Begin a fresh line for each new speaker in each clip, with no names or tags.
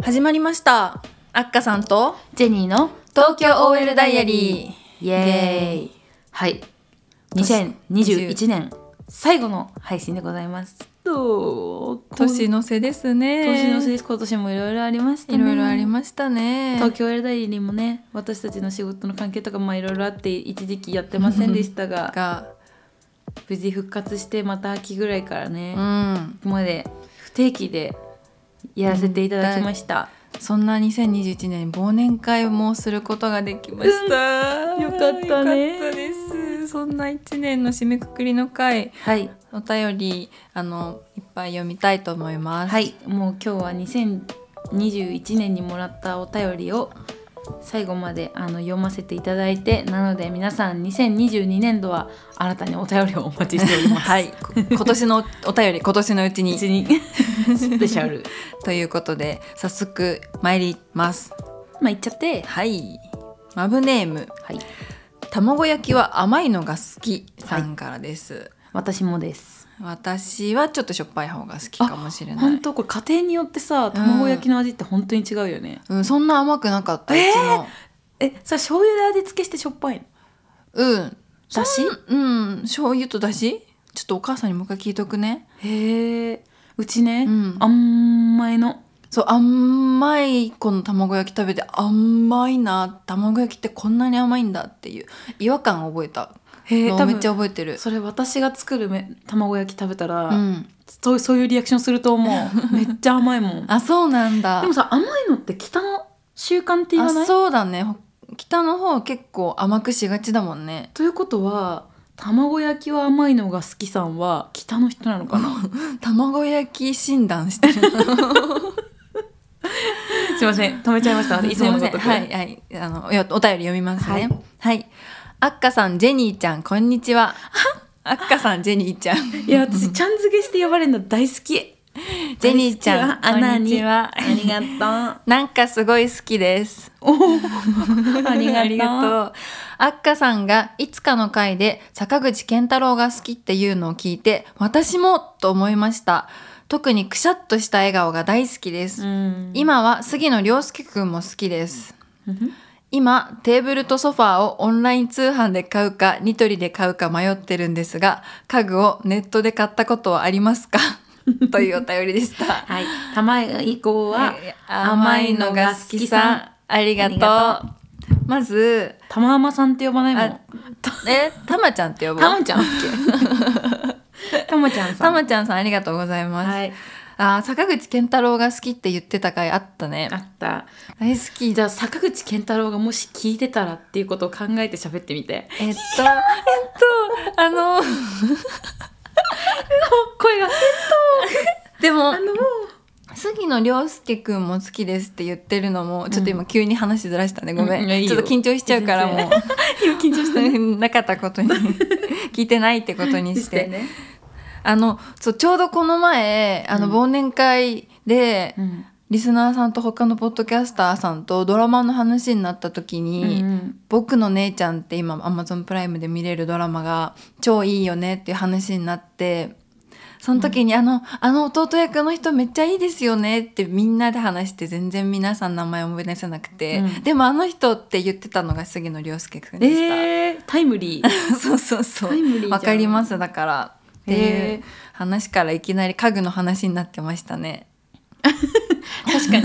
始まりましたあっかさんと
ジェニーの
東京 OL ダイアリー
イエーイはい2021年最後の配信でございますと
年の瀬ですね
年の瀬です今年もいろいろありました
い
ね
ろいろありましたね
東京 OL ダイアリーもね私たちの仕事の関係とかまあいろいろあって一時期やってませんでしたが
が
無事復活してまた秋ぐらいからね、
う
こ
ん
こまで不定期でやらせていただきました、
そんな2021年忘年会もすることができました、
うんよかったね
よかったですそんな一年の締めくくりの回
はい
お便りあのいっぱい読みたいと思います
はい、もう今日は2021年にもらったお便りを最後まであの読ませていただいてなので皆さん2022年度は新たにお便りをお待ちしております。
はい、こ今年のお便り今年のうちに
一にスペシャル。
ということで早速参ります
まあいっちゃって。
はいマブネーム
はい。
卵焼きは甘いのが好きさんからです、
私もです。
私はちょっとしょっぱい方が好きかもしれな
本
い
当これ家庭によってさ卵焼きの味って本当に違うよね。
うん、そんな甘くなかった、うちの
え、それ醤油で味付けしてしょっぱいの？
うん
だし
そんうん醤油とだしちょっとお母さんにもう一回聞いとくね
へえ。うちね、
うん
甘いの。
そう甘いこの卵焼き食べて甘いな卵焼きってこんなに甘いんだっていう違和感を覚えた
へ
の
え。
を
多
めっ
分
ちゃ覚えてる
それ私が作るめ卵焼き食べたら、
うん
そうそういうリアクションすると 思うめっちゃ甘いもんで
あそうなんだ
もさ甘いのって北の習慣って言わな
あ
い
そうだねほ北の方結構甘くしがちだもんね
ということは卵焼きは甘いのが好きさんは北の人なのかな
卵焼き診断してる
すいません止めちゃい ましたいつものことで
はいはいあのいやお便り読みます
は
ね
い
はいあっかさんジェニーちゃんこんにち はあっかさんジェニーちゃんジ
いや私ちゃん付けして呼ばれるの大好 き
ェニーちゃん
大好きよ穴
こんに
に
ちは
ありがとう
なんかすごい好き です
おー あ りがとう
うあっかさんがいつかの回で坂口健太郎が好きっていうのを聞いて私もと思いました特にくしゃっとした笑顔が大好きです、
うん
今は杉野亮介くんも好きです今テーブルとソファーをオンライン通販で買うかニトリで買うか迷ってるんですが家具をネットで買ったことはあります かというお便りでした
はい卵以降は
え甘
甘
い
い
の
の
が
が
好
好
き
き
さ
さ
ん
ん
ありがとう
あ
まず
玉甘さんって呼ばないも
あ
ん
えたまちゃんって呼ぶ
たまちゃん だっけたまちゃんさ
た
ん
まちゃんさんありがとうございます、
はい
あー坂口健太郎が好きって言ってた回あったね
あった
大好き
じゃあ坂口健太郎がもし聞いてたらっていうことを考えて喋ってみ て
えっとえっとあの
声が
でも
あの
杉野亮介くんも好きですって言ってるのもちょっと今急に話しずらしたねごめん、
うんいやいい
ちょ
よ
っと緊張しちゃうからもう
全今緊張 し
なかったことに聞いてないってことにして
ね、
あのそうちょうどこの前あの
うん
忘年会で、
うん
リスナーさんと他のポッドキャスターさんとドラマの話になった時
う
に、
ん、
僕の姉ちゃんって今 Amazon プライムで見れるドラマが超いいよねっていう話になってその時に、あの「あの弟役の人めっちゃいいですよね」ってみんなで話して全然皆さん名前思い出せなくて、
うん
でもあの人って言ってたのが杉野亮介くんでした。
えー、タイムリー
そうそうそ
タイムリー
う
じゃん
わかりますだからってい
へ
う
ー
話からいきなり家具の話になってましたね。
確か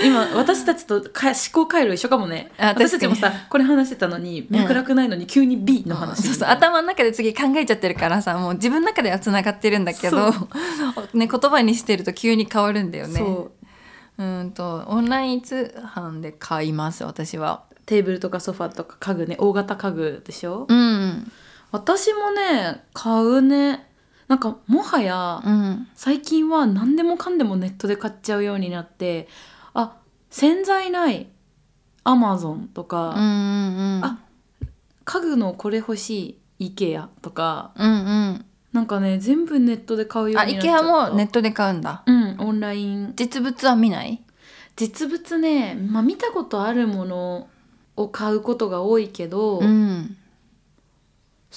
に今私たちとか思考回路一緒かもね
あ
私たちもさこれ話してたのに
うん
脈絡ないのに急に B の話、
そうそう頭の中で次考えちゃってるからさもう自分の中ではつながってるんだけど、ね、言葉にしてると急に変わるんだよね。
そう
ーんとオンライン通販で買います私は。
うテーブルとかソファとか家具ね大型家具でしょ、
うん
私もね買うねなんかもはや
うん
最近は何でもかんでもネットで買っちゃうようになってあ洗剤ないアマゾンと
うんう
か、
んうん
あ家具のこれ欲しい IKEA とか
うんうん
なんかね全部ネットで買うよ
あ
うになっち
IKEA
ゃった
もネットで買うんだ。
うんオンライン
実物は見ない
実物ね、まあ、見たことあるものを買うことが多いけど、
うん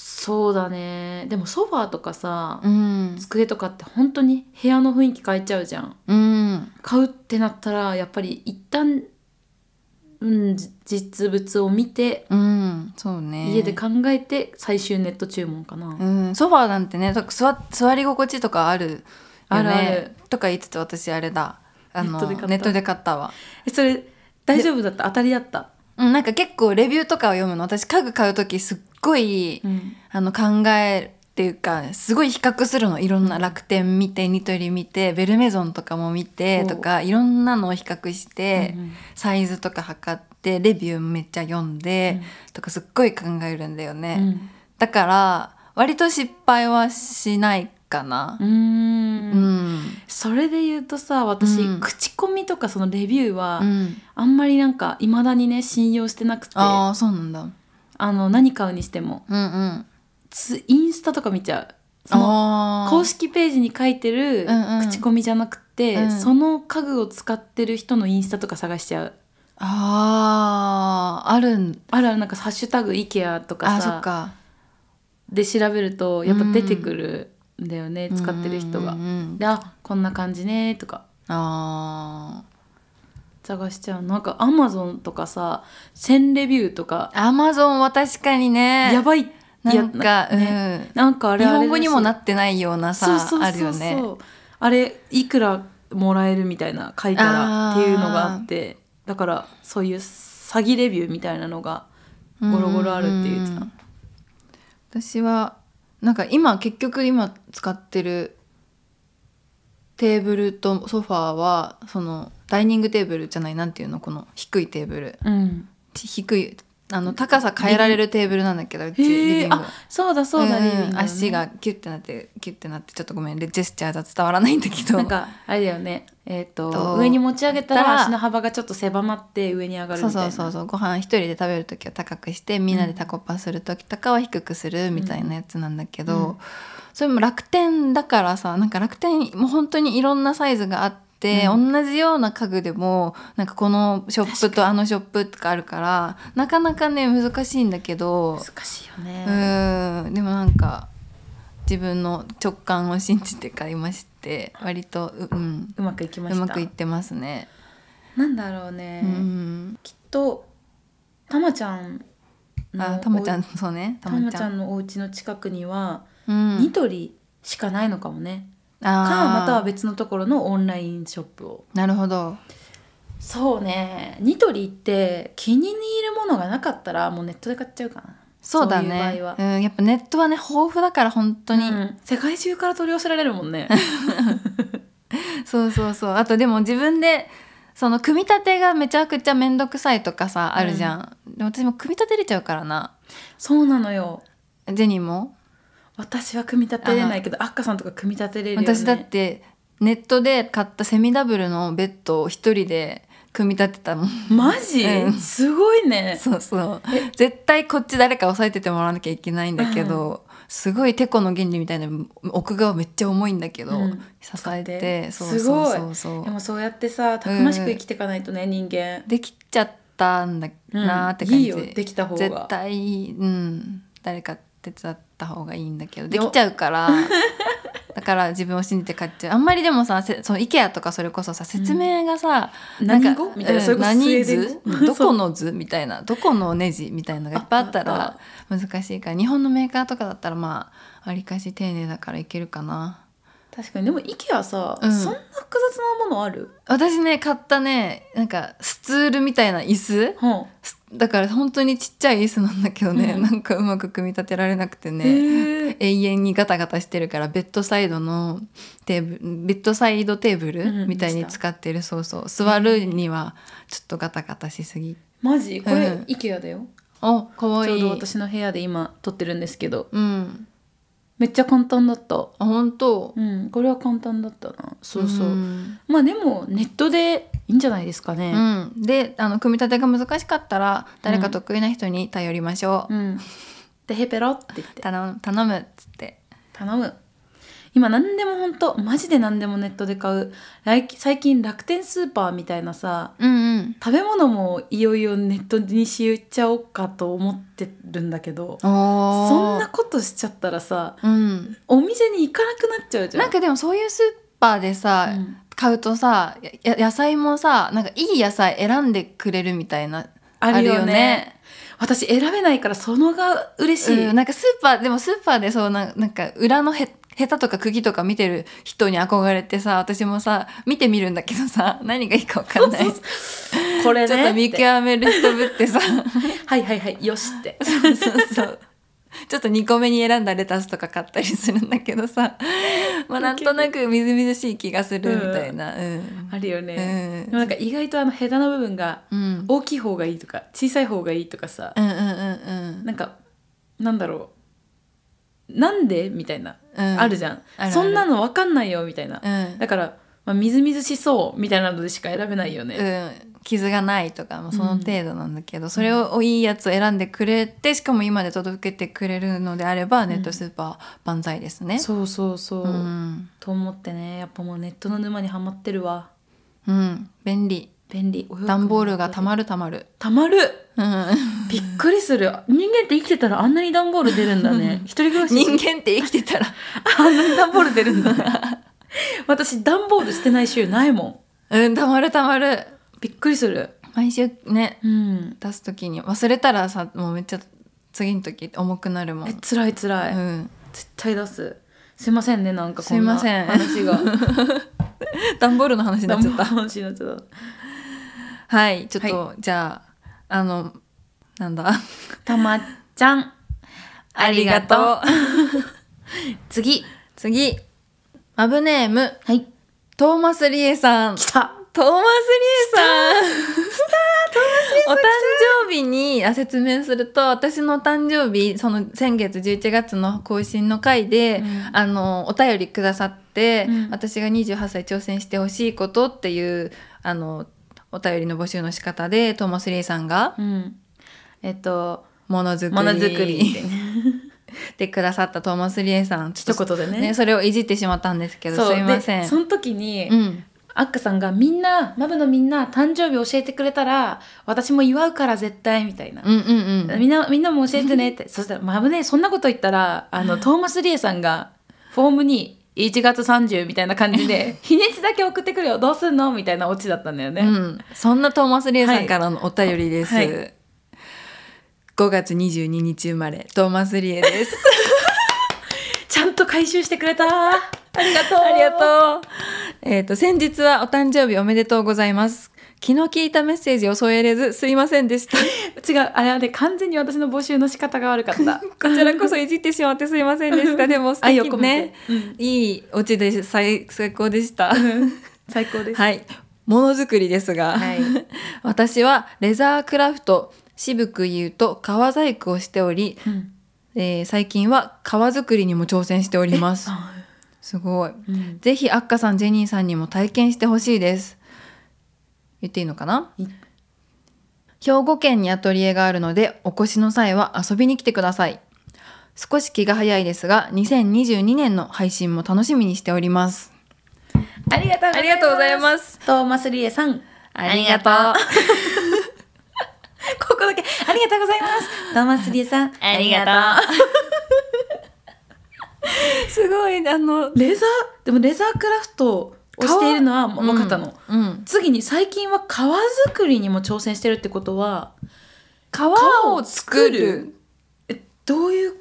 そうだねでもソファーとかさ、
うん
机とかって本当に部屋の雰囲気変えちゃうじゃん
うん
買うってなったらやっぱり一旦うんじ実物を見て
うんそうね
家で考えて最終ネット注文かな、
うん、ソファーなんてねと座座り心地とかあるよね
あるある
とか言いつつ私あれだあの
ネットで買った
ネットで買ったわ、
えそれ大丈夫だった当たりだった、
うん、なんか結構レビューとかを読むの私家具買う時すっごい、あの考えっていうかすごい比較するのいろんな楽天見てニトリ見てベルメゾンとかも見て
お
とかいろんなのを比較して、
うんうん
サイズとか測ってレビューめっちゃ読んで、とかすっごい考えるんだよね。
うん
だから割と失敗はしないかな
う。ん
うん。
それで言うとさ私、
うん
口コミとかそのレビューは、
うん
あんまりなんかいまだにね信用してなくてあ
ああそうなんだ。
の何買うにしても
うんうん。
つインスタとか見ちゃうその
ああ。
公式ページに書いてる
うんうん
口コミじゃなくて、
うん
その家具を使ってる人のインスタとか探しちゃう
あああるん。
あるあるなんか「ハッシュタグ IKEA」と
あ
か
ーそ
さ
っか。
で調べるとやっぱ出てくるんだよね、使ってる人が。
うんうんうん
であこんな感じねとか
あ
探しちゃうなんかアマゾンとかさ1000レビューとか
あ。アマゾンは確かにね。
やばい
な
や
んか、
ね
うん。
なんかあれ
日
あれだ
本
し
語にもなってないような
そう
さ
そうそうそう
あるよね。
あれいくらもらえるみたいな書いた
あ
らって
ー
いうのがあってだからそういう詐欺レビューみたいなのがゴロゴロあるっていうじゃん
んん私はなんか今結局今使ってるテーブルとソファーはそのダイニングテーブルじゃないなんていうのこの低いテーブル
うん
ち低いあの高さ変えられるテーブルなんだけどうちリ
へ
ビ
え
ング
あそうだそうだ、
ん
リビング、ね、
足がキュッてなってキュッてなってちょっとごめんでジェスチャーじゃ伝わらないんだけど
なんかあれだよねえっ、と
と
上に持ち上げた
た
ら
ら
足の幅がちょっと狭まって上に上がる
そう
みたい
そう
な
そうそうご飯一人で食べる時は高くしてみんなでタコパする時とかは低くするみたいなやつなんだけど、
うん
それも楽天だからさなんか楽天もう本当にいろんなサイズがあって、
う
同じような家具でもなんかこのショップとあのショップとかあるからなかなかね難しいんだけど
難しいよ
う
ね、
ーんでもなんか自分の直感を信じて買いまして割とう,、うん、
うまくいきま
う
した
まくいってますね。
なんだろうね、
うん、
きっとたまちゃんの
あたまちゃ
お
んそうね
たまちゃんのお家の近くには、
うん
ニトリしかないのかもねか
あー
または別のところのオンラインショップを
なるほど
そうねニトリって気に入るものがなかったらもうネットで買っちゃうかな
そうだ
そう
ね
いう場合は
ん、やっぱネットはね豊富だから本当に、
うん世界中から取り寄せられるもんね
そうそうそうあとでも自分でその組み立てがめちゃくちゃ面倒くさいとかさあるじゃん、でも私も組み立てれちゃうからな
そうなのよ
ジェニーも、
私は組み立てれないけどアッカさんとか組み立てれるよね
私だってネットで買ったセミダブルのベッドを一人で組み立てたもん
マジ、
うん
すごいね
そうそう絶対こっち誰か押さえててもらわなきゃいけないんだけど、すごいテコの原理みたいな奥側めっちゃ重いんだけど、
うん
支え
使って
そう
すごい
そうそう
でもそうやってさたくましく生きていかないとね、人間
できちゃったんだなーって
うん
感
いい
じ、
よできた方が
絶対うん誰か手伝った方がいいんだけどできちゃうから だから自分を信じて買っちゃうあんまりでもさせその IKEA とかそれこそさ説明がさ、なんか
何語みたいな、
うん
それこそスウェ
何
ーデン
図
語
どこの図みたいなどこのネジみたいなのがいっぱいあった
あ
ら難しいから日本のメーカーとかだったらまあわりかし丁寧だからいけるかな
確かにでも IKEA さ、
うん
そんな複雑なものある、
私ね買ったねなんかスツールみたいな椅子
うん
すだから本当にちっちゃい椅子なんだけどね、
うん
なんかうまく組み立てられなくてね
へえ
永遠にガタガタしてるからベッドサイドのテーブルベッドサイドテーブ
うんう
ル
ん
みたいに使ってる、そうそう座るにはちょっとガタガタしすぎ
マジこれ、
うん
IKEA だよ
おかわ
ち
い
ょう
い
ど私の部屋で今撮ってるんですけど
うん
めっちゃ簡単だった
あ本当
うんこれは簡単だったなそうそう、
うん
まあでもネットでいいんじゃないですか
う
ね
んであの組み立てが難しかったら誰か得意な人に頼りましょう、
うん、でへぺろって言って
頼む頼むっつって
頼む今何でも本当マジで何でもネットで買う来最近楽天スーパーみたいなさ
うんうん
食べ物もいよいよネットにしちゃおうかと思ってるんだけど
おー
そんなことしちゃったらさ
うん
お店に行かなくなっちゃうじゃん
なんかでもそういうスーパーでさ、
うん
買うとさや野菜もさなんかいい野菜選んでくれるみたいな
あるよね
あるよね
私選べないからそのが嬉しい、
うん、なんかスーパーでもスーパーでそうななんか裏のへヘタとか釘とか見てる人に憧れてさ私もさ見てみるんだけどさ 何がいいか分かんない
そうそうこれね
ちょっと見
って
極める人ぶってさ
はいはいはいよしって
そうそうそうちょっと2個目に選んだレタスとか買ったりするんだけどさ、まあ、なんとなくみずみずしい気がするみたいな。うん
あるよ
う
ね、
ん
でもなんか意外とあのヘタの部分が
うん
大きい方がいいとか小さい方がいいとかさ、
うんうんうん
なんかなんだろうなんでみたいな、
うん
あるじゃん
ある
そんなの分かんないよみたいな、
うんうん
だから、まあ、みずみずしそうみたいなのでしか選べないよね、
うん、傷がないとかもその程度なんだけど、それをいいやつを選んでくれてしかも今で届けてくれるのであればネットスーパー万歳ですね。
そうそうそう、
うん
と思ってねやっぱもうネットの沼にはまってるわ
うん、便利
便利
段ボールがた
る
まるたまる。
たまる
うん、
びっくりする人間って生きてたらあんなに段ボール出るんだね一人暮らし
人間って生きてたら
あんなに段ボール出るん だね私段ボール捨てない週ないもん
うんたまるたまる
びっくりする
毎週ね
うん
出す時に忘れたらさもうめっちゃ次の時重くなるもん。
えつらいつらい、
うん、
絶対出すすいませんねなんかこんな
すいません
話が
段ボールの話になっちゃっ
段ボール
た。
の話になっちゃっ
はいちょっと、じゃああのなんだ
たたまちゃんありがとう
ありがとう。
次
次マブネーム
はい
トーマスリエさん
来た
トーマスリエさんお誕生日にあ説明すると私のお誕生日その先月11月の更新の回で、
うん
あのお便りくださって、
うん
私が28歳挑戦してほしいことっていうあのお便りの募集の仕方でトーマスリエさんが
うんえっと
ものづくり
ものづくりってね
でくださったトーマスリエさんちょ
一
っと
言でね
ねそれをいじってしまったんですけど
そう
すいませ
で
ん。
その時に、
うん
アッカさんがみんなマブのみんな誕生日教えてくれたら私も祝うから絶対みたいな、
うんうんうん
みんなみんなも教えてねって そしたらマブねそんなこと言ったらあのトーマス・リエさんがフォームに1月30みたいな感じで 日にちだけ送ってくるよどうすんのみたいなオチだったんだよね、
うん、そんなトーマス・リエさんからのお便りです、
は
はいい
は
5月22日生まれトーマス・リエです
ちゃんと回収してくれたありがとう
ありがとうえっ、と先日はお誕生日おめでとうございます気の利いたメッセージを添えれずすいませんでした
違うあれはね完全に私の募集の仕方が悪かった
こちらこそいじってしまってすいませんでしたでも素
愛を
敵
込め
ね
て、うん
いいオチで最最高でした
最高です
はいものづくりですが、
はい
私はレザークラフト渋く言うと革細工をしており
うん
えー最近は革作りにも挑戦しております
あ
すごい
うん
ぜひアッカさんジェニーさんにも体験してほしいです言っていいのかない兵庫県にアトリエがあるのでお越しの際は遊びに来てください少し気が早いですが2022年の配信も楽しみにしております
ありがとうございます。
ありがとうございます。
トーマスリエさん。
ありがと
う。ここだけ、ありがとうございます。トーマスリエさん。あ
りが
と
すごいあの
う。レザー、でもレザークラフトをしているのはもう分かったの。
うん、うん
次に最近は革作りにも挑戦してるってことは、
革を作る
え、どういう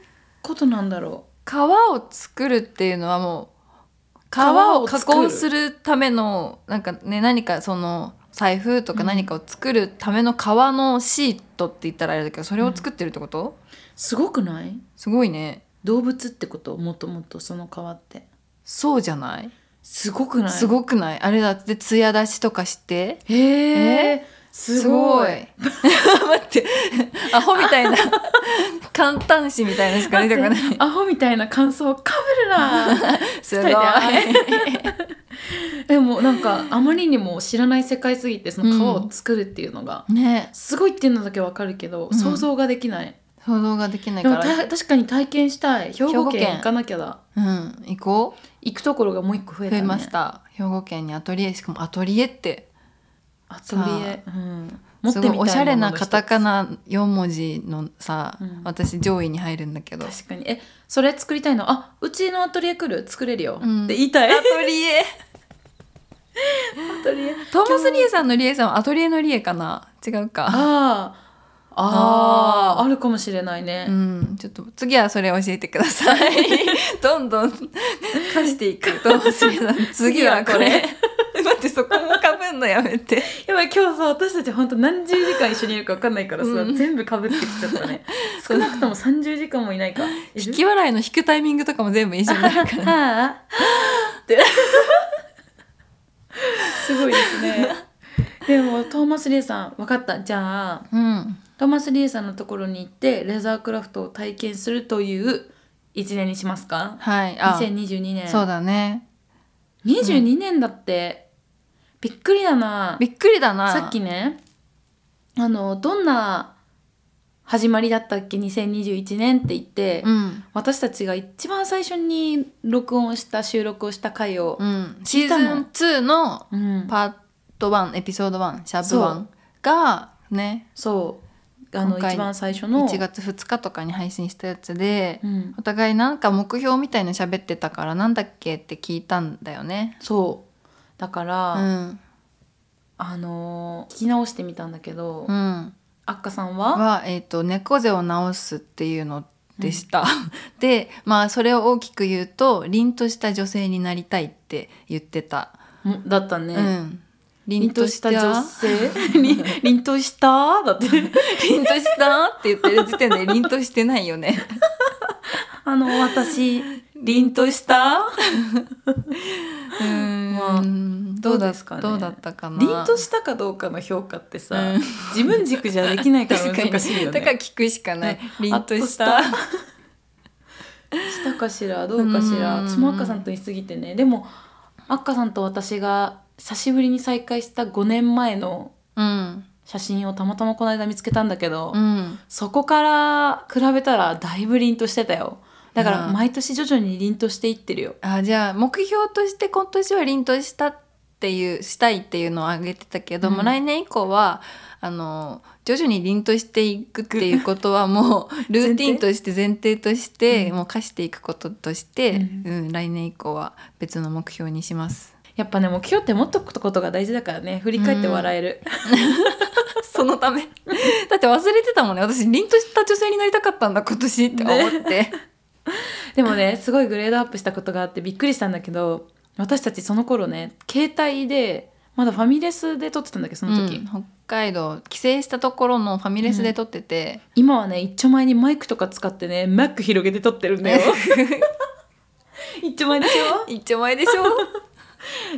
ことなんだろ
革を作るっていうのはもう
革
革
を
を
作る
加工するためのなんかね何かその財布とか何かを作るための革のシートって言ったらあれだけどそれを作ってるってこと、
う。すごくない
すごいね
動物ってこともともとその革って。
そうじゃない、
すごくない
すごくないあれだって艶出しとかして
へえ
え
すごい。
すごい 待ってアホみたい な簡単紙みたいなしか出てこない
待ってアホみたいな感想かぶるな。
すごい
二人でもなんかあまりにも知らない世界すぎてその皮を作るっていうのが、
ね
すごいっていうのだけわかるけど、
うん
想像ができない
想像ができない
で
か
も
ら
た確かに体験したい兵
兵庫
庫
県
県行かなきゃだ
うん行こう
行くところがもう一個増えた、
増え
ね、
ました兵庫県にアトリエしかもアトリエって
アトリエ、うん、持っ
す
てみたい
ご
も
い
の
おしゃれな
の一つ
カタカナ4文字のさ、
うん
私上位に入るんだけどアト
確かにえそれ作りたいのあうちのアトリエ来る作れるよ、
うん
って言いたいア
リエ
トリエ
トーマス・リエさんのリエさんはアトリエのリエかな違うか
あああああるかもしれないね、
うんちょっと次はそれ教えてください どんどん貸していくトーマス・リエさん次はこれ 待ってそこもかぶんのやめて
やばい今日さ私たち本当何十時間一緒にいるか分かんないからさ、
うん
全部かぶってきちゃ ったね少なくとも30時間もいないかいる
引き笑いの引くタイミングとかも全部一緒になるから
はあって すごいですねでもトーマス・リエさん分かったじゃあ
うん
トーマス・リエさんのところに行ってレザークラフトを体験するという一年にしますか
はいあ
2022年
そうだね
22年だって、びっくりだな
びっくりだな
さっきねあのどんな始まりだったっけ2021年って言って、
うん
私たちが一番最初に録音した収録をした回を、
うん、
聞
シ
いたの
ーズン2の
うん
パート1エピソード1シャープ
そ
1がね
そうあの
今回
一番最初の
1月2日とかに配信したやつで、
うん
お互いなんか目標みたいの喋ってたからなんだっけって聞いたんだよね。
そうだから、
うん
あのー聞き直してみたんだけど、
うん、
あっかさんは
は、えーと「猫背を直す」っていうのでした。 でまあそれを大きく言うと「凛とした女性になりたい」って言ってた。
もだったね、
うん、
凛
凛
と
と
し
したた
女性 凛凛としただって
凛としたって言ってる時点で凛としてないよね。
あの 私凛とした
うーん
まあ
どう
どう
だ
ですかね
どうだったかな。
凛としたかどうかの評価ってさ、
うん
自分軸じゃできないから
確かに
難しいよね
だから聞くしかない。凛とした。
あっしたかしらどうかしら
うん
私もあっかさんと言い過ぎてねでもあっかさんと私が久しぶりに再会した5年前の
うん。
写真をたまたまこの間見つけたんだけど、
うん。
そこから比べたらだいぶ凛としてたよだから
うん
毎年徐々に凛としていってるよ
あじゃあ目標として今年は凛としたっていうしたいっていうのを挙げてたけども、
うん
来年以降はあの徐々に凛としていくっていうことはも うルーティンとして前提として
う
もう課していくこととして、
うん
うん、来年以降は別の目標にします。
やっぱね目標って持っとくことが大事だからね振り返って笑える、
そのため。 だって忘れてたもんね。私、凛とした女性になりたかったんだ、今年って思って。
でもねすごいグレードアップしたことがあってびっくりしたんだけど私たちその頃ね携帯でまだファミレスで撮ってたんだけどその時、
うん北海道、帰省したところのファミレスで撮ってて。
今はね一丁前にマイクとか使ってねマック広げて撮ってるんだ よ 一丁前でしょ
一丁前でしょ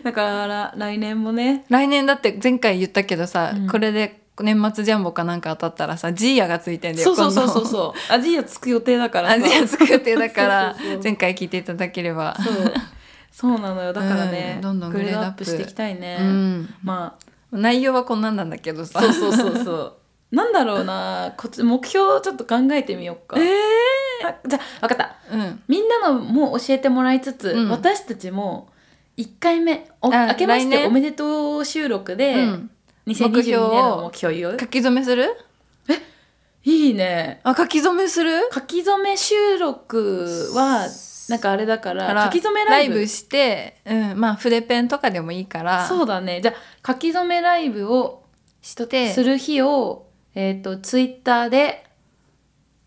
だから来年もね
来年だって前回言ったけどさ、
うん
これで年末ジャンボかなんか当たったらさ、ジーヤがついてんだよ。
そうそうそうそう
今度
そうアジアつく予定だからさ
アジア作ってだから
そうそうそう、
前回聞いていただければ。
そうそうなのよだからね、
うんどんどん
グ
グ
レ
レー
ード
ド
ア
ア
ッ
ッ
プ
プ
していきたいね、
うん。
まあ
内容はこんなんなんだけどさ。
そうそうそう そうなんだろうなこっち目標をちょっと考えてみようか
ええ
あじゃあ分かった
うん。
みんなのも教えてもらいつつ、
うん
私たちも1回目お
あ
明けまし
来
て
年
おめでとう収録で、
うん
2022
目標
年
を
の目標言う
書き初めする
いいね
あ、書き初めする
書き初め収録はなんかあれだから
から
書き初めライブ
して、うん、まあ筆ペンとかでもいいから
そうだねじゃあ書き初めライブを
して
する日をえっ、とツイッターで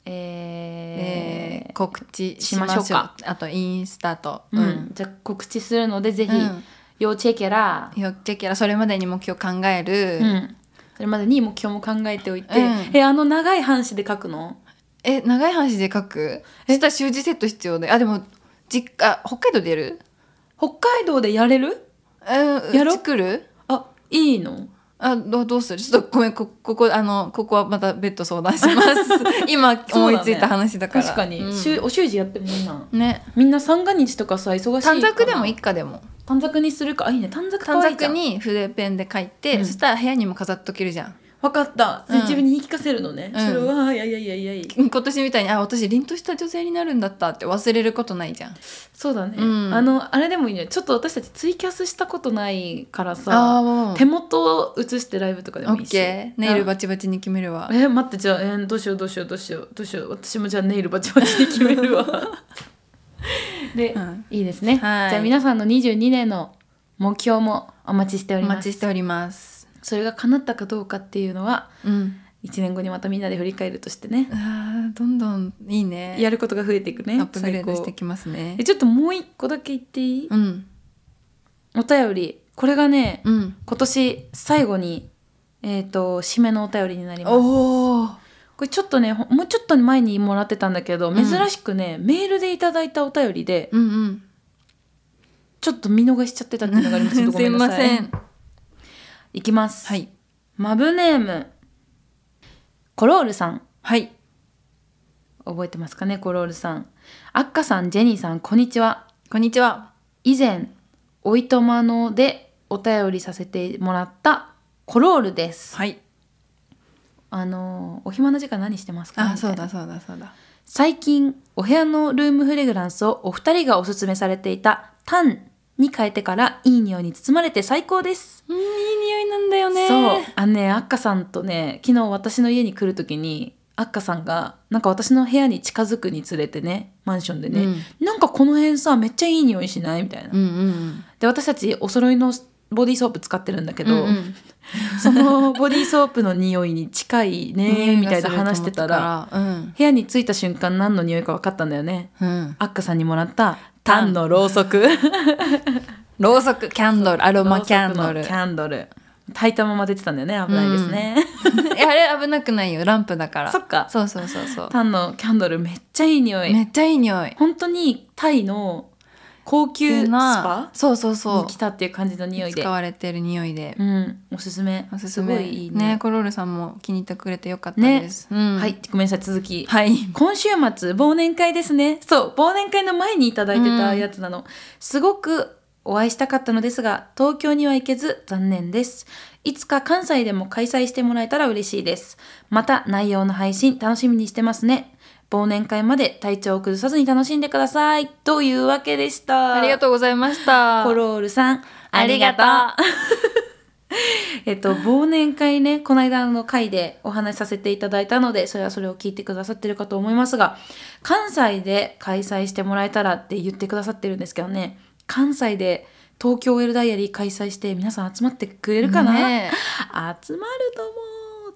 え
えー
ー
告知
しましょうか
しあとインスタと
うんじゃあ告知するのでぜひ、
うん
要チェケラ
よっちゃけらそれまでに目標考える、
うん、それまでに目標も考えておいて、
うん
えあの長い半紙で書くの
え長い話で書くそしたら習字セット必要であでも実家北海道出る
北海道でやれる
うん
やろ
うち来る
あいいの
あどうどうするちょっとごめんこここあのここはまた別途相談し ます今思いついた話だから
確かに、
うん
しゅお習字やってるもんな
ね
みんな三が日とかさ忙しいか
短
な
冊でも一家でも
短冊にするかあいいね短冊か
短
わいいじゃ
冊
ん
に筆ペンで書いて、
うん
そしたら部屋にも飾っとけるじゃん
分かった、
うん
自分に言い聞かせるのね、
うん
それは「いやいやいやいやいや
今年みたいにあ私凛とした女性になるんだったって忘れることないじゃん
そうだね、
うん
あのあれでもいいねちょっと私たちツイキャスしたことないから
ああ
さ
もう
手元を映してライブとかで
オ
もいい
ッ
し
ケーネイルバチバチに決めるわ
え待ってじゃあ、えーどうしようどうしようどうしようどうしよう私もじゃあネイルバチバチで決めるわで、
うん
いいですね、
はい
じゃあ皆さんの22年の目標もお待ちしてお
お
りま
待
す
ちしております
それが叶ったかどうかっていうのは
うん
1年後にまたみんなで振り返るとしてね、
あーどんどんいいね
やることが増えていくね
アップグレードして
最高
きますね
えちょっともう一個だけ言っていい、
うん
お便りこれがね、
うん
今年最後にえっ、と締めのお便りになります
おお
これちょっとねほもうちょっと前にもらってたんだけど
うん
珍しくね、メールでいただいたお便りで
うんうん
ちょっと見逃しちゃってたっていうのがありますちょっと ご
す
め
い
ん
ま
なさ
せ
い
ん
いきます、
はい
マブネームコロールさん
はい
覚えてますかねコロールさんアッカさんジェニーさんこんにちは
こんにちは
以前おいとまのでお便りさせてもらったコロールです
はい
あのお暇な時間何してますか
あ
みたい
そう
な
だそうだそうだ
最近お部屋のルームフレグランスをお二人がおすすめされていたタンに変えてからいい匂いに包まれて最高です、
うんいい匂いなんだよね
そうあのねアッカさんとね昨日私の家に来る時にアッカさんがなんか私の部屋に近づくにつれてねマンションでね、なんかこの辺さめっちゃいい匂いしないみたいな、
うんうんうん
で私たちお揃いのボディーソープ使ってるんだけど、
うんうん
そのボディーソープの匂いに近いねみたいな話してたら
うん
部屋に着いた瞬間何の匂いか分かったんだよね
うん
アッカさんにもらったタンのろうそく
ろうそくキャンドルアロ
ロ
マ
マ
キャンドル
キャンドル炊いたまま出てたんだよね危ないですね、
えあれ危なくないよランプだから
そっか
そうそうそうそう
タンのキャンドルめっちゃいい匂い、
めっちゃいい匂い
本当にタイの高級ス
な
パ
そうそうそう
に来たっていう感じの匂いで
使われてる匂いで
うんおすすめ
おすすめ
ごいいいね
コロールさんも気に入ってくれてよかったです、うん
はいごめんなさい続き
はい
今週末忘年会ですねそう忘年会の前にいただいてたやつなの、すごくお会いしたかったのですが東京には行けず残念ですいつか関西でも開催してもらえたら嬉しいですまた内容の配信楽しみにしてますね忘年会まで体調を崩さずに楽しんでくださいというわけでした
ありがとうございました
コロールさん
ありがとう
ありがとうえっと忘年会ねこの間の回でお話しさせていただいたのでそれはそれを聞いてくださってるかと思いますが関西で開催してもらえたらって言ってくださってるんですけどね関西で東京 L ダイアリー開催して皆さん集まってくれるかな、
ねえ
集まる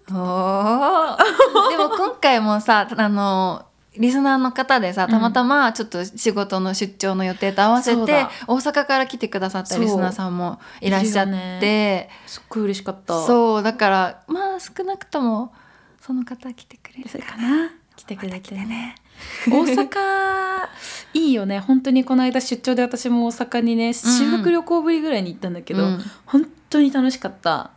と思う
おーでも今回もさあのリスナーの方でさたまたまちょっと仕事の出張の予定と合わせて、
そうだ
大阪から来てくださったリスナーさんもいらっしゃっ
いるよ
て
すっごい嬉しかったう
そうだからまあ少なくともその方来てくれる
それかな来てくれてね
ね
大阪いいよね本当にこの間出張で私も大阪にね修学旅行ぶりぐらいに行ったんだけど、
うん
本当に楽しかった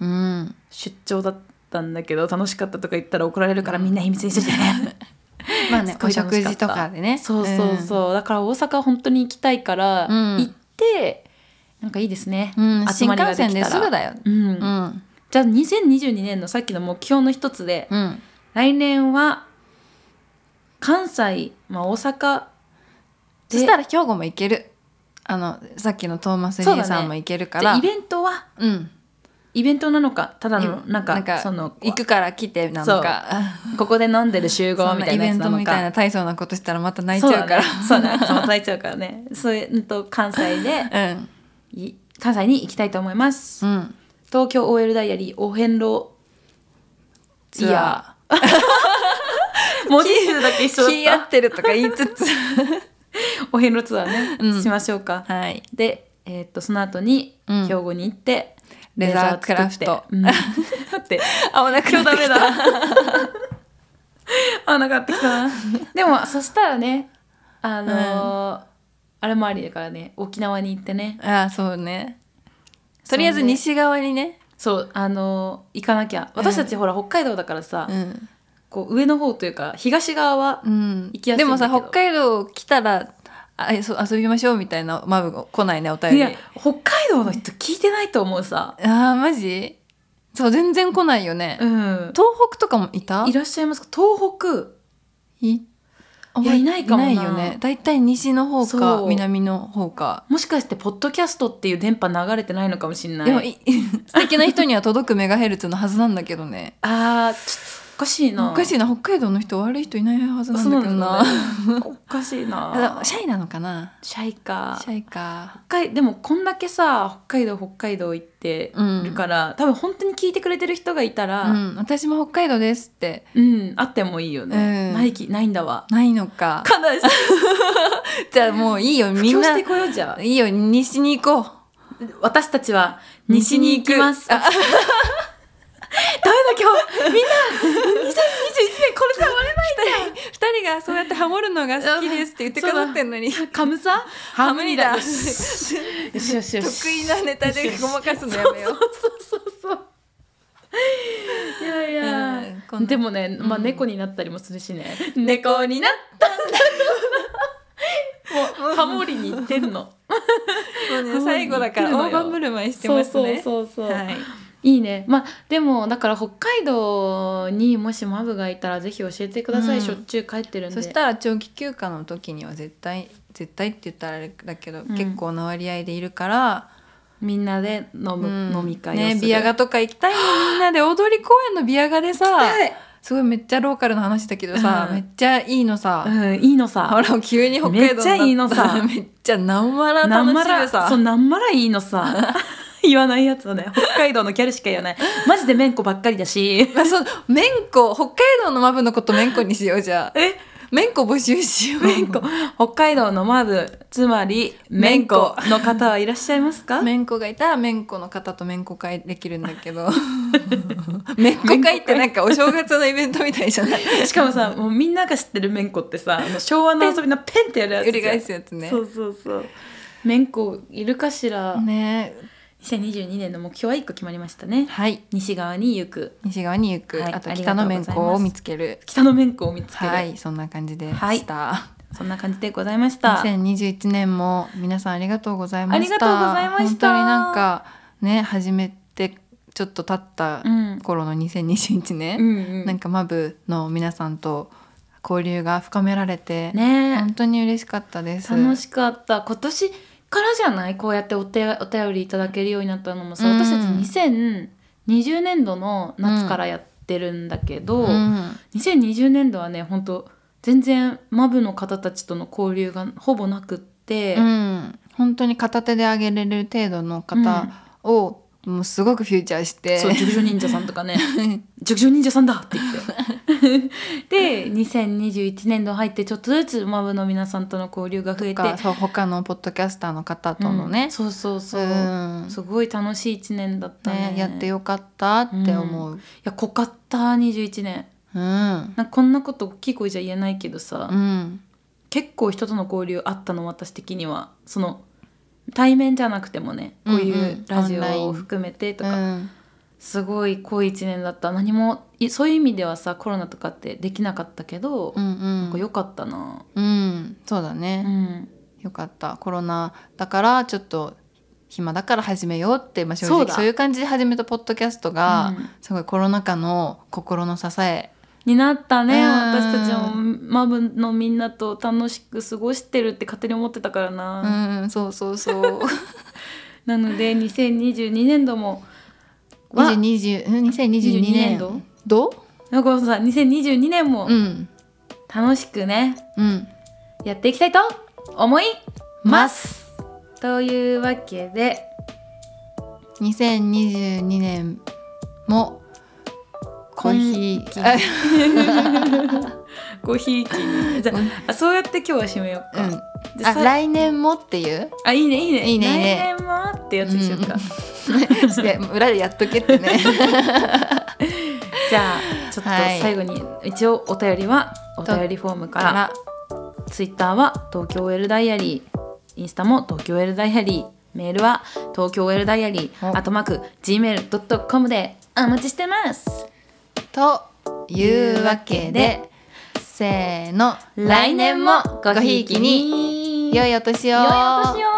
うん
出張だったんだけど楽しかったとか言ったら怒られるからみんな秘密にして てね
まあね
すご
お
い
食
楽しかった
事とかでね
そうそうそう、だから大阪本当に行きたいから、
うん
行ってなんかいいですね、
うん、うん、
集
新
まりが
幹
できたら
線ですぐだよ
う
う
ん
ん
じゃあ2022年のさっきの目標の一つで、
うん
来年は関西、まあ、大阪
そしたら兵庫も行けるあのさっきのトーマス・リーさんも行けるか
じゃあ
ら
イベントは
うん
イベントなのかただのなんかその
行くから来てなの か
ここで飲んでる集
そ
合
ん
み
な
たい
イ
な
ベ
やつ
ン
な
ト
の
みたい
か
な大層なことしたらまた泣いちゃうから
そうだねそうだねそう泣いちゃうからねそういううんと関 西で
うん
い関西に行きたいと思います、
うん
東京 OL ダイアリーお遍 路
ツア
文字数だけ一
ー
緒
気合
だっ
ってるとか言い つつ
たお遍路ツアーね、
うん
しましょうか、
はい
で、えーっとその後に
うん
兵庫に行って、
レザークラフト
レザー作って、うん、待って
あお腹
今日ダメだ。あ、なかってきたな。でも、そしたらね、あのーあれもありだからね、沖縄に行ってね、
ああそうねとりあえず西側にね
そう、あのー行かなきゃ。私たちほら、北海道だからさ、
うん
こう上の方というか、東側は、
うん
行きやすい
で
んだ
も
け
さ
ど
北海道来たらあえそう遊びましょうみたいなマブが来ないねお便
い
り
や
あ、
北海道の人聞いてないと思うさ。
あーマジそう全然来ないよね、
うん
東北とかもいた
いらっしゃいますか東北
いあんま
いやいないかもない
よねだいたい西の方か
そう
南の方か
もしかしてポッドキャストっていう電波流れてないのかもしれない
でもい 素敵な人には届くメガヘルツのはずなんだけどね
あーちょっとおかしいな
おかし
い
いな北海道の人悪い人いないはずなんだけどな
おかしいな
あシャイなのかな
シャイか
シャイか
北海でもこんだけさ北海道北海道行って
うん
るから、多分本当に聞いてくれてる人がいた
う
ら、
ん、私も北海道ですって
うんあってもいいよね、
うん
ないきないんだわ
ないのか
悲しい
じゃあもういいよみ
布
ん
教
な
して
い
こようじゃあ
いよ西に行こう
私たちは西に行きます
あ
ダメだ今日みんな2021年これじゃ終われない
二人がそうやってハモるのが好きですって言ってくださってんのに
カムサハムニだ
ハムニだ
よしよしよしよし
得意なネタでごまかすのやめよう。
そうそうそういやいや、
うんこんな
でもね、まあ、
うん
猫になったりもするしね、猫になったんだもうハモリにいってんの
そうね最後だから大盤振る舞いしてますね。う
そうそうそう、、
はいい。
いねまあでもだから北海道にもしマブがいたらぜひ教えてください、
うん
しょっちゅう帰ってるんで
そしたら長期休暇の時には絶対絶対って言ったらあれだけど、
ん
結構な割合でいるから、
みんなで飲
う
む、
ん
飲み会をする
ねビアガとか行きたいのみんなで踊り公園のビアガでさ
はい
すごいめっちゃローカルの話だけどさ、
うん
めっちゃいいのさ、
うん、いいのさ
ほら急に北海道になった
めっちゃいいのさ
めっちゃなんまら
な
楽
ん
し
ま
む
ら
さ
そうなんまらいい のさ言わないやつはね北海道のキャルしか言わないマジでめんこばっかりだし
まあ、そう、めんこ、北海道のマブのことめんこにしようじゃあ。
え
めんこ募集しよう。
めんこ。北海道のマブつまりめんこ
め
の方はいらっしゃいますか
めんこがいたらめんこの方とめんこ会できるんだけ どめんこ会ってなんかお正月のイベントみたいじ ゃない
しかもさもうみんなが知ってるめんこってさあの昭和の遊びのペンってやるやつ
売り返すやつね
そうそうそうめんこいるかしら、
ね
2022年の目標は1個決まりましたね
はい
西側に行く
西側に行く、
はい
あと
あり
北
がと
の
うござい
めん
ます
こを見つける
北のめんこを見つける、
はいそんな感じでした、
そんな感じでございました
2021年も皆さんありがとうございました
ありがとうございました
本当になんかね始めてちょっと経った
うん
頃の2021年、
うんうん
なんかマブの皆さんと交流が深められて、
ね
本当に嬉しかったです。
楽しかった今年からじゃないこうやってお手お便りいただけるようになったのもさ、
うん
私たち2020年度の夏からやってるんだけど、
うん
2020年度はね本当全然マブの方たちとの交流がほぼなくって、
うん本当に片手であげれる程度の方を、もうすごくフューチャーして
そう熟女忍者さんとか ね熟女忍者さんだって言って で2021年度入ってちょっとずつマブの皆さんとの交流が増えて
とかそう他のポッドキャスターの方との
う
ね
ん、そうそうそう、
うん
すごい楽しい1年だったね
ねやってよかったって思う。
いや濃かった21年
うん、
なんかこんなこと大きい声じゃ言えないけどさ、
うん
結構人との交流あったの私的にはその対面じゃなくてもねこうい
んう
うんうラジ
オンライ
オ
ン
を含めてとか、
うん
すごい濃い1年だった何もいそういう意味ではさコロナとかってできなかったけど、
う
なん
ん
か良かったな、
うん、そうだ
う
ね、
ん、
よかったコロナだからちょっと暇だから始めようって、まあ、正
そう
直
だ
そういう感じで始めたポッドキャストが、
うん
すごいコロナ禍の心の支え
になったね、
うん
私たちもマブのみんなと楽しく過ごしてるって勝手に思ってたからな、
うんそうそうそう
なので2022年度もは
2020うん2022
22年
年
度
ど
なんかさ2022年も
うん
楽しくね、
うん
やっていきたいと思いま
ますす
というわけで
2022年もコーヒ
コ
ー
ごひいきにじゃあ
うん
あそうやって今日は締めよう
あ
か、
うん
で
あ
さ
来年もっていう
あいいねいいね
いいねいいね
来年もってやつにしようか、
うん して裏でやっとけってね
じゃあちょっと
はい
最後に、一応お便りはお便りフォームから Twitter は東京 OL ダイアリーインスタも東京 OL ダイアリーメールは東京 OL ダイアリー
お
あとマーク gmail.com でお待ちしてます
というわけでせーの
来年もごひいきに
良いお年を
良いお年を